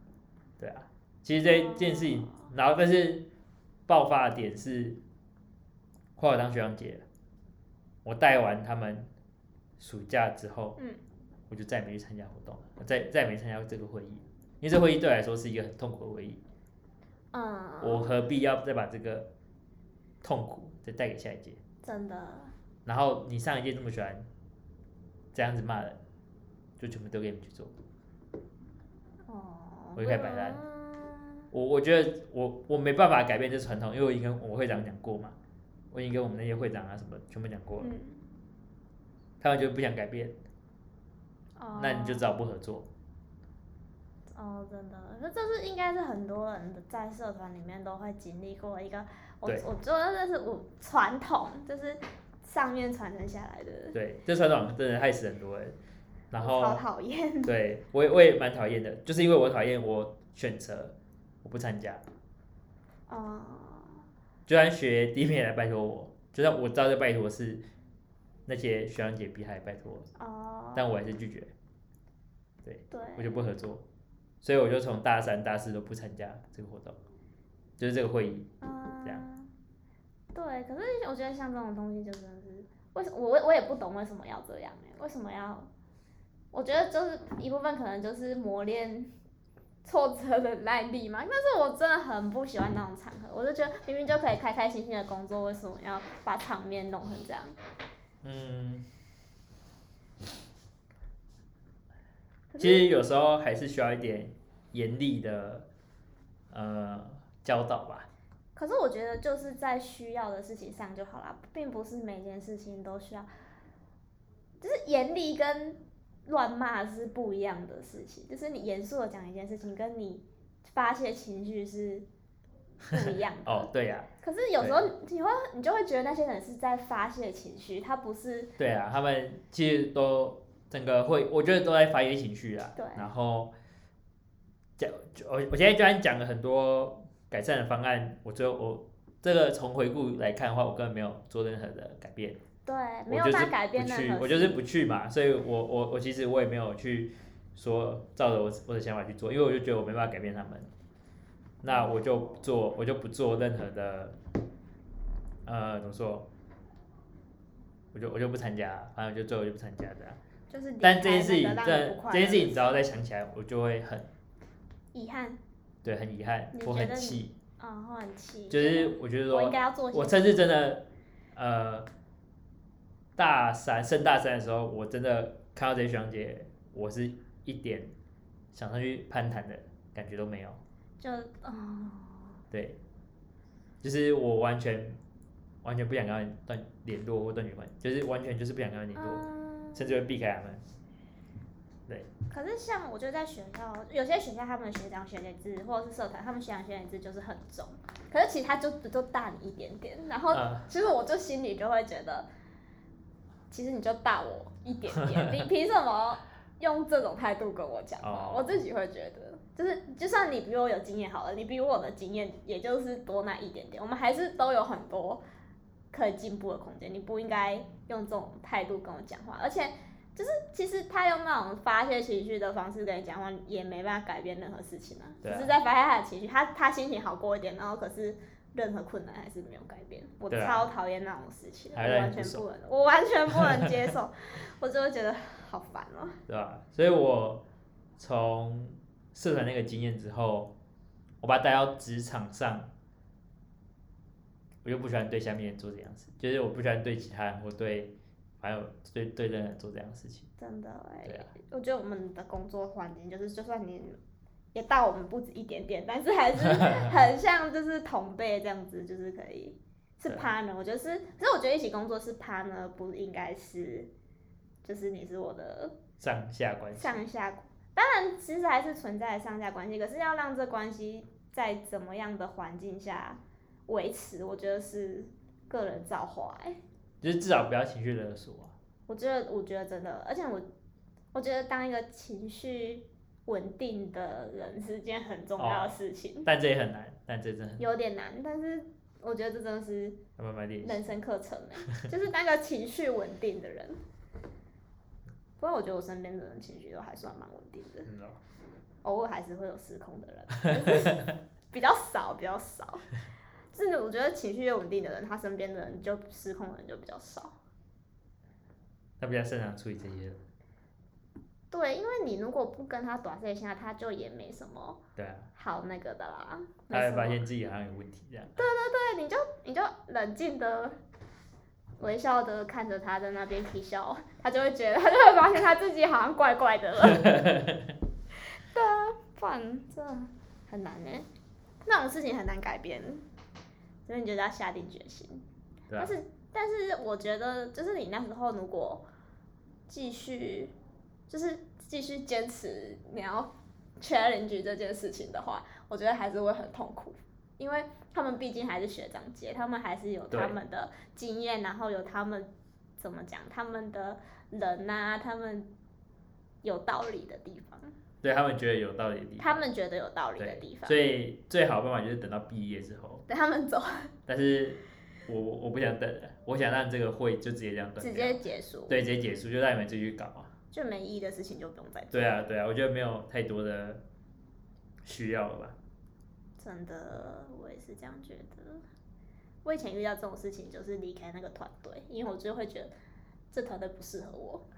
Speaker 1: 对啊，其实这
Speaker 2: 哦
Speaker 1: 这件事情，然后但是爆发的点是，后来我当学长姐了，我带完他们暑假之后，
Speaker 2: 嗯，
Speaker 1: 我就再也没去参加活动了，我再再也没参加这个会议，因为这会议对我来说是一个很痛苦的会议，
Speaker 2: 嗯，
Speaker 1: 我何必要再把这个痛苦再带给下一届？
Speaker 2: 真的，
Speaker 1: 然后你上一届这么喜欢这样子骂人，就全部丢给你们去做。
Speaker 2: 哦，
Speaker 1: 我就开始摆烂
Speaker 2: 烂，
Speaker 1: 我我觉得我我没办法改变这传统，因为我已经跟我会长讲过嘛，我已经跟我们那些会长啊什么全部讲过了，
Speaker 2: 嗯，
Speaker 1: 他们就不想改变，
Speaker 2: 哦，
Speaker 1: 那你就只好不合作。
Speaker 2: 哦，真的，那这是应该是很多人在社团里面都会经历过一个，我
Speaker 1: 对
Speaker 2: 我觉得这是我传统，就是上面传承下来的，
Speaker 1: 对，这传统真的害死很多人。然
Speaker 2: 好
Speaker 1: 后，
Speaker 2: 讨厌，
Speaker 1: 对我也我也蛮讨厌的，就是因为我讨厌，我选择我不参加，
Speaker 2: 哦，
Speaker 1: 就算学弟妹来拜托我，就算我知道这拜托是那些学长姐逼害，拜托，
Speaker 2: 哦，
Speaker 1: 但我还是拒绝，
Speaker 2: 对，
Speaker 1: 我就不合作，所以我就从大三、大四都不参加这个活动，就是这个会议。这样
Speaker 2: 嗯，对，可是我觉得像这种东西就真的是，为什我我我也不懂为什么要这样哎、为什么要？我觉得就是一部分可能就是磨练挫折的耐力嘛，但是我真的很不喜欢那种场合，我就觉得明明就可以开开心心的工作，为什么要把场面弄成这样？
Speaker 1: 嗯，
Speaker 2: 可
Speaker 1: 其实有时候还是需要一点严厉的呃教导吧。
Speaker 2: 可是我觉得就是在需要的事情上就好啦，并不是每件事情都需要，就是严厉跟乱骂是不一样的事情。就是你严肃的讲一件事情，跟你发泄情绪是不一样的。
Speaker 1: 哦，对呀、
Speaker 2: 可是有时候你会你就会觉得那些人是在发泄情绪，他不是
Speaker 1: 对啊，他们其实都整个会，我觉得都在发泄情绪啊。
Speaker 2: 对
Speaker 1: 然后讲，就我我现在居然讲了很多改善的方案，我最后我这个从回顾来看的话，我根本没有做任何的改变。
Speaker 2: 对哎没
Speaker 1: 我
Speaker 2: 有
Speaker 1: 就
Speaker 2: 办
Speaker 1: 是
Speaker 2: 法改变
Speaker 1: 不
Speaker 2: 任
Speaker 1: 去
Speaker 2: 何，事。
Speaker 1: 我就是不去嘛，所以我我我其实我也没有去说照着我我的想法去做，因为我就觉得我没办法改变他们，那我就不做我就不做任何的，呃，怎么说？我就我就不参加，反正就最后就不参加这样。
Speaker 2: 就是离
Speaker 1: 但这件
Speaker 2: 开
Speaker 1: 事
Speaker 2: 那
Speaker 1: 情
Speaker 2: 个，让你
Speaker 1: 这
Speaker 2: 不快
Speaker 1: 这件
Speaker 2: 乐
Speaker 1: 事情只要再想起来，我就会很
Speaker 2: 遗憾，
Speaker 1: 对很遗憾
Speaker 2: 你，
Speaker 1: 我
Speaker 2: 觉
Speaker 1: 很
Speaker 2: 得你
Speaker 1: 气，
Speaker 2: 嗯，我很气，
Speaker 1: 就是我觉得
Speaker 2: 我应
Speaker 1: 说，
Speaker 2: 该要做些
Speaker 1: 我甚至真的，呃，大三升大三的时候，我真的看到这些学长姐，我是一点想上去攀谈的感觉都没有。
Speaker 2: 就嗯。
Speaker 1: 对，就是我完全完全不想跟他们断联络或断绝关系，就是完全就是不想跟他们联络，
Speaker 2: 嗯
Speaker 1: 甚至会避开他们。
Speaker 2: 可是像我觉得在学校，有些学校他们的学长学姐制或者是社团，他们学长学姐制就是很重，可是其实他就就大你一点点，然后
Speaker 1: 嗯
Speaker 2: 其实我就心里就会觉得，其实你就大我一点点，你凭什么用这种态度跟我讲话
Speaker 1: 哦？
Speaker 2: 我自己会觉得，就是就算你比我有经验好了，你比我的经验也就是多那一点点，我们还是都有很多可以进步的空间。你不应该用这种态度跟我讲话，而且就是其实他用那种发泄情绪的方式跟你讲话，也没办法改变任何事情啊，
Speaker 1: 对啊
Speaker 2: 只是在发泄他的情绪，他他心情好过一点，然后可是。任何困难还是没有改变，我
Speaker 1: 对啊
Speaker 2: 超讨厌那种事情，我
Speaker 1: 还让
Speaker 2: 完
Speaker 1: 你
Speaker 2: 全
Speaker 1: 不
Speaker 2: 不能，我完全不能接受， 我就会觉得好烦哦、
Speaker 1: 对吧？所以我从社团那个经验之后，我把它带到职场上，我就不喜欢对下面人做这样的事，就是我不喜欢对其他人或对，还有对对任何人做这样的事情。
Speaker 2: 真的哎、
Speaker 1: 对啊
Speaker 2: 我觉得我们的工作环境就是，就算你也大我们不止一点点，但是还是很像就是同辈这样子，就是可以是
Speaker 1: 对
Speaker 2: partner。我觉得是，可是我觉得一起工作是 partner，不应该是就是你是我的
Speaker 1: 上下关系，
Speaker 2: 上下，当然其实还是存在上下关系，可是要让这关系在怎么样的环境下维持，我觉得是个人造化哎、
Speaker 1: 就是至少不要情绪勒索啊。
Speaker 2: 我觉得，我觉得真的，而且我，我觉得当一个情绪稳定的人是件很重要的事情，
Speaker 1: 但这也很难，但这真的很
Speaker 2: 嗯有点难，但是我觉得这真的是
Speaker 1: 要慢慢练习。
Speaker 2: 人生课程欸就是当个情绪稳定的人。不过我觉得我身边的人情绪都还算蛮稳定的，
Speaker 1: 嗯哦
Speaker 2: 偶尔还是会有失控的人，就是比较少，比较少。就是我觉得情绪越稳定的人，他身边的人就失控的人就比较少。
Speaker 1: 他比较擅长处理这些，
Speaker 2: 对，因为你如果不跟他短线下，他就也没什么
Speaker 1: 对啊，
Speaker 2: 好那个的啦。
Speaker 1: 他
Speaker 2: 没
Speaker 1: 会
Speaker 2: 什
Speaker 1: 发
Speaker 2: 么
Speaker 1: 现自己好像有问题这样。
Speaker 2: 对，你就你就冷静的、微笑的看着他在那边皮笑，他就会觉得，他就会发现他自己好像怪怪的了。对啊，不然这很难呢、那种事情很难改变，所以你就要下定决心。
Speaker 1: 对啊
Speaker 2: 但是但是我觉得，就是你那时候如果继续，就是继续坚持你要 challenge 这件事情的话，我觉得还是会很痛苦，因为他们毕竟还是学长姐，他们还是有
Speaker 1: 对
Speaker 2: 他们的经验，然后有他们怎么讲，他们的人呐、他们有道理的地方，
Speaker 1: 对他们觉得有道理的地方，
Speaker 2: 他们觉得有道理的
Speaker 1: 对
Speaker 2: 地，方，
Speaker 1: 所以最好的办法就是等到毕业之后，
Speaker 2: 等他们走。
Speaker 1: 但是我我我不想等了，我想让这个会就直接这样断
Speaker 2: 直
Speaker 1: 掉，
Speaker 2: 接结束，
Speaker 1: 对，直接结束，就让你们继续搞嘛。
Speaker 2: 就没意义的事情就不用再做。
Speaker 1: 对啊，对啊，我觉得没有太多的需要了吧。
Speaker 2: 真的，我也是这样觉得。我以前遇到这种事情，就是离开那个团队，因为我就会觉得这团队不适合我。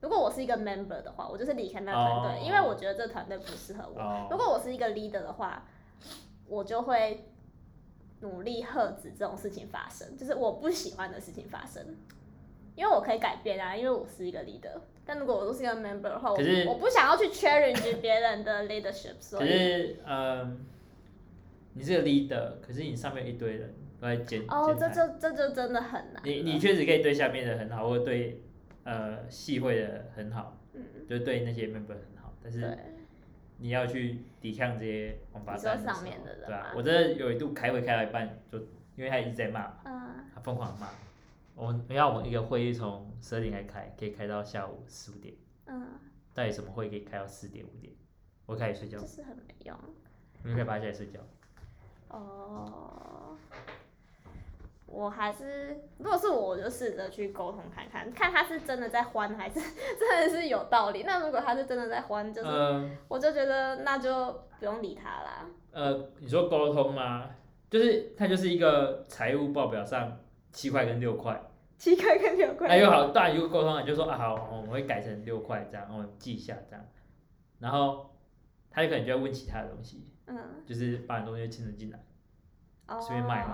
Speaker 2: 如果我是一个 member 的话，我就是离开那个团队
Speaker 1: 哦
Speaker 2: 因为我觉得这团队不适合我。如
Speaker 1: 哦，
Speaker 2: 果我是一个 leader 的话，我就会努力遏止这种事情发生，就是我不喜欢的事情发生，因为我可以改变啊，因为我是一个 leader。但如果我都是一个 member 的话，我
Speaker 1: 可是
Speaker 2: 我不想要去 challenge 别人的 leadership，所
Speaker 1: 可
Speaker 2: 以
Speaker 1: 是嗯，你是个 leader，可是你上面有一堆人都在监
Speaker 2: 哦，
Speaker 1: 监
Speaker 2: 这
Speaker 1: 察
Speaker 2: 就这就真的很难了。
Speaker 1: 你，你确实可以对下面的很好，或者对呃系会的很好，
Speaker 2: 嗯，
Speaker 1: 就对那些 member 很好，但
Speaker 2: 对
Speaker 1: 是，你要去抵抗这些王八
Speaker 2: 你说
Speaker 1: 蛋的时候
Speaker 2: 上面的人
Speaker 1: 对啊
Speaker 2: 吗，
Speaker 1: 我真的有一度开会开到一半，就因为他一直在骂，
Speaker 2: 嗯，
Speaker 1: 他疯狂地骂。我们你看我们一个会议从十二点开开，可以开到下午四五点，
Speaker 2: 嗯，
Speaker 1: 到底什么会可以开到四点五点？我开始睡觉
Speaker 2: 就，是很没用。
Speaker 1: 你们可以爬起来睡觉。
Speaker 2: 哦，我还是，如果是我，我就试着去沟通看看，看他是真的在欢还是 真的是有道理。那如果他是真的在欢，就是、
Speaker 1: 嗯。
Speaker 2: 我就觉得那就不用理他啦。
Speaker 1: 呃，你说沟通吗？就是它就是一个财务报表上七块跟六块，
Speaker 2: 七块跟六
Speaker 1: 那
Speaker 2: 块，
Speaker 1: 又好，当然如果沟通了，你就说啊好，我们会改成六块这样，我们记一下这样，然后他就可能就会问其他的东西，
Speaker 2: 嗯，
Speaker 1: 就是把你东西牵扯进来，
Speaker 2: 哦，
Speaker 1: 随便卖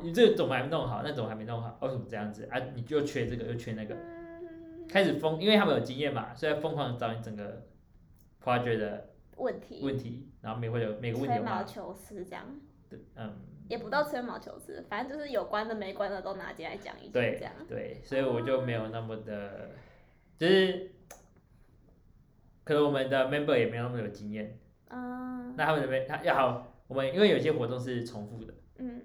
Speaker 1: 你这怎么还没弄好，那怎么还没弄好，为什么这样子啊？你就缺这个，又缺那个，
Speaker 2: 嗯，
Speaker 1: 开始疯，因为他们有经验嘛，所以疯狂地找你整个 project 的
Speaker 2: 问题，
Speaker 1: 问题，然后每会有每个问题
Speaker 2: 吹
Speaker 1: 有
Speaker 2: 毛
Speaker 1: 骂，
Speaker 2: 求疵这样。
Speaker 1: 对嗯，
Speaker 2: 也不到吹毛求疵，反正就是有关的没关的都拿进来讲一讲，
Speaker 1: 对
Speaker 2: 这样。
Speaker 1: 对，所以我就没有那么的，就是可能我们的 member 也没有那么有经验。
Speaker 2: 嗯
Speaker 1: 那他们的 mem- 他要好，我们因为有些活动是重复的，
Speaker 2: 嗯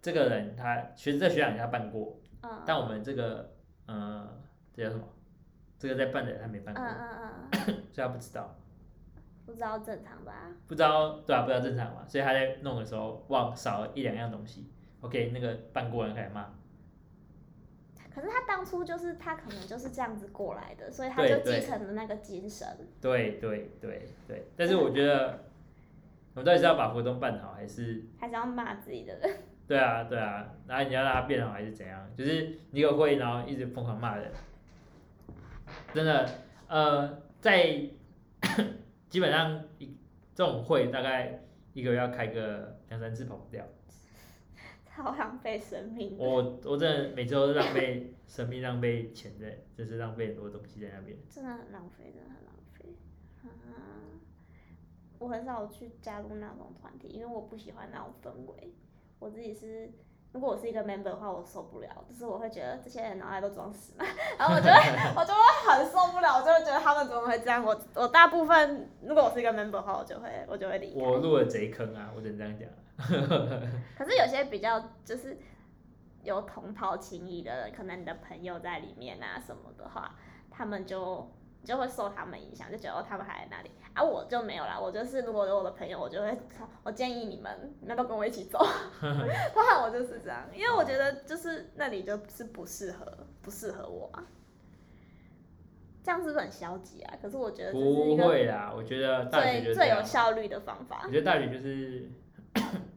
Speaker 1: 这个人他学这学长他办过，
Speaker 2: 嗯，
Speaker 1: 但我们这个呃这叫什么？这个在办的人他没办
Speaker 2: 嗯
Speaker 1: 过，
Speaker 2: 嗯嗯，
Speaker 1: 所以他不知道，
Speaker 2: 不知道正常吧？
Speaker 1: 不知道对吧、不知道正常嘛，所以他在弄的时候忘少了一两样东西。OK，那个办过人开始骂，
Speaker 2: 可是他当初就是他可能就是这样子过来的，所以他
Speaker 1: 对
Speaker 2: 就继
Speaker 1: 对
Speaker 2: 承了那个精神。
Speaker 1: 对对对对，但是我觉得我们到底是要把活动办好，还是
Speaker 2: 还是要骂自己的人，
Speaker 1: 对啊，对啊，然后你要让他变好还是怎样？就是你有会，然后一直疯狂骂人，真的，呃，在基本上一这种会大概一个月要开个两三次跑不掉，
Speaker 2: 好浪费生命。
Speaker 1: 我我真的每周都浪费生命、浪费钱的，就是浪费很多东西在那边。
Speaker 2: 真的很浪费，真的很浪费。嗯，我很少去加入那种团体，因为我不喜欢那种氛围。我自己是，如果我是一个 member 的话，我受不了，就是我会觉得这些人脑袋都装屎嘛，然后我就会，我就会很受不了，我就会觉得他们怎么会这样。我我大部分如果我是一个 member 的话，我就会我就会离开。
Speaker 1: 我入了贼坑啊，我只能这样讲。
Speaker 2: 可是有些比较就是有同袍情谊的人，可能你的朋友在里面啊什么的话，他们就你就会受他们影响，就觉得哦他们还在那里啊，我就没有啦。我就是如果有我的朋友，我就会说我建议你们你要不要跟我一起走？通常我就是这样，因为我觉得就是那里就是不适合不适合我啊。这样是不是很消极啊？可是我觉得这是一
Speaker 1: 不
Speaker 2: 个
Speaker 1: 会啦，我觉得大学就
Speaker 2: 最
Speaker 1: 是
Speaker 2: 最
Speaker 1: 这
Speaker 2: 有
Speaker 1: 样。
Speaker 2: 效率的方法
Speaker 1: 我。觉得大学就是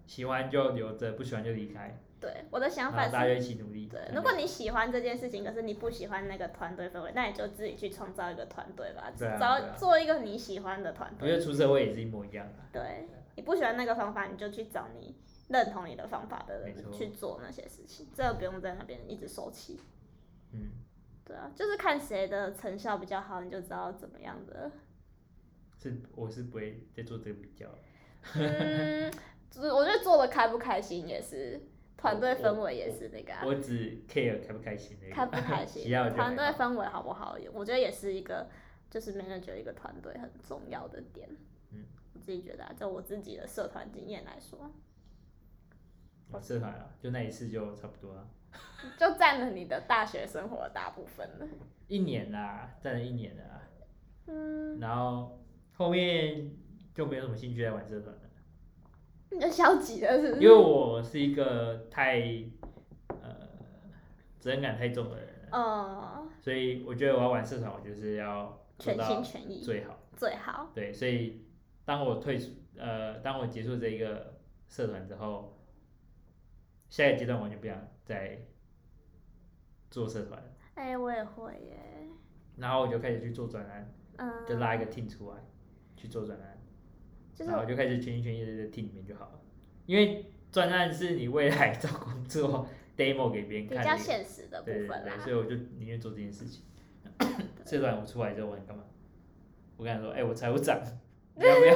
Speaker 1: 喜欢就留着，不喜欢就离开。
Speaker 2: 对，我的
Speaker 1: 然
Speaker 2: 想法
Speaker 1: 后
Speaker 2: 是
Speaker 1: 大家就一起努力。
Speaker 2: 对，
Speaker 1: 嗯
Speaker 2: 如果你喜欢这件事情，可是你不喜欢那个团队氛围，那你就自己去创造一个团队吧，
Speaker 1: 对啊
Speaker 2: 找
Speaker 1: 对啊
Speaker 2: 做一个你喜欢的团
Speaker 1: 我觉
Speaker 2: 队。
Speaker 1: 得出社会也是一模一样啊的、
Speaker 2: 对，你不喜欢那个方法，你就去找你认同你的方法的
Speaker 1: 没
Speaker 2: 人
Speaker 1: 错
Speaker 2: 去做那些事情，这个不用在那边一直受气。
Speaker 1: 嗯，
Speaker 2: 对啊，就是看谁的成效比较好，你就知道怎么样 的。
Speaker 1: 是我是不会再做这个比较了。
Speaker 2: 嗯，就是我觉得做的开不开心也是，团队氛围也是那个、啊。
Speaker 1: 我只 care 开不开心而已。
Speaker 2: 开不 开
Speaker 1: 其
Speaker 2: 心
Speaker 1: 他我，觉得还
Speaker 2: 团
Speaker 1: 好
Speaker 2: 队氛围好不好，我觉得也是一个就是 manager 一个团队很重要的点。
Speaker 1: 嗯，
Speaker 2: 我自己觉得、啊，就我自己的社团经验来说，
Speaker 1: 我社团啊，就那一次就差不多了，
Speaker 2: 就占了你的大学生活的大部分了。
Speaker 1: 一年啦，站了一年了啊啦，
Speaker 2: 嗯，
Speaker 1: 然后后面就没有什么兴趣来玩社团了，
Speaker 2: 你就消极了是不
Speaker 1: 因
Speaker 2: 是？
Speaker 1: 为我是一个太呃责任感太重的人了，
Speaker 2: 呃，
Speaker 1: 所以我觉得我要玩社团，我就是要做
Speaker 2: 全心
Speaker 1: 到
Speaker 2: 全意
Speaker 1: 最好。
Speaker 2: 最好，
Speaker 1: 对，所以当我退出，呃，当我结束这一个社团之后，下一个阶段完全不想再做社团，
Speaker 2: 哎、我也会耶，
Speaker 1: 然后我就开始去做专案，
Speaker 2: 嗯，
Speaker 1: 就拉一个 team 出来去做专案，
Speaker 2: 就是
Speaker 1: 然后我就开始全心全意的在 team 里面就好了，因为专案是你未来 找工作 demo 给别人
Speaker 2: 比
Speaker 1: 看
Speaker 2: 较
Speaker 1: 的一个
Speaker 2: 现实的部
Speaker 1: 对对
Speaker 2: 分
Speaker 1: 对，
Speaker 2: 啦
Speaker 1: 所，以我就宁愿做这件事 情。社团我出来之后，我想干嘛？我跟他说，哎、我财务 长，你要不要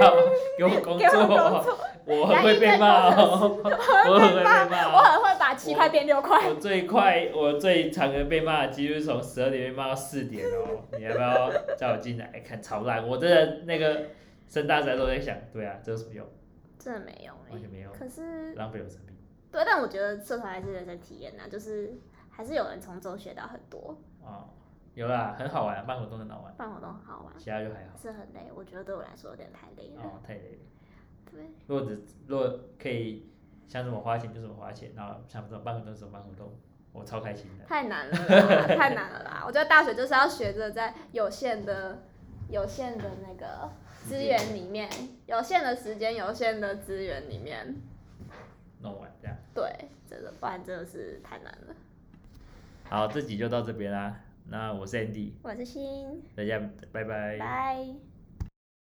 Speaker 1: 给我工
Speaker 2: 给我
Speaker 1: 作？
Speaker 2: 工作，
Speaker 1: 我很会被骂哦，我很会被
Speaker 2: 我
Speaker 1: 骂。
Speaker 2: 很会把七块变六块，
Speaker 1: 我最快，我最常的被骂，几乎是从十二点被骂到四点哦。你要不要叫我进来看超烂？我真的那个升大三都在想，对啊，这有什么用？
Speaker 2: 真的没用哎、
Speaker 1: 完全没用，
Speaker 2: 可是，
Speaker 1: 浪费我生命。
Speaker 2: 对，但我觉得社团还是人生体验呐、啊就是还是有人从中学到很多，
Speaker 1: 哦，有啦，很好玩，办活动很好玩，
Speaker 2: 办活动很好玩，
Speaker 1: 其他就还好。
Speaker 2: 是很累，我觉得对我来说有点太累了。
Speaker 1: 哦，太累了。
Speaker 2: 对，
Speaker 1: 如果只如果可以想怎么花钱就怎么花钱，然后想怎么办活动就怎么办活动，我超开心的。
Speaker 2: 太难了啦，太难了啦！我觉得大学就是要学着在有限的、有限的那个资源里面，有限的时间、有限的资源里面，
Speaker 1: 弄完这样。
Speaker 2: 对，真的，不然真的是太难了。
Speaker 1: 好，这集就到这边啦。那我是 Andy，
Speaker 2: 我是欣，
Speaker 1: 大家拜拜
Speaker 2: 拜。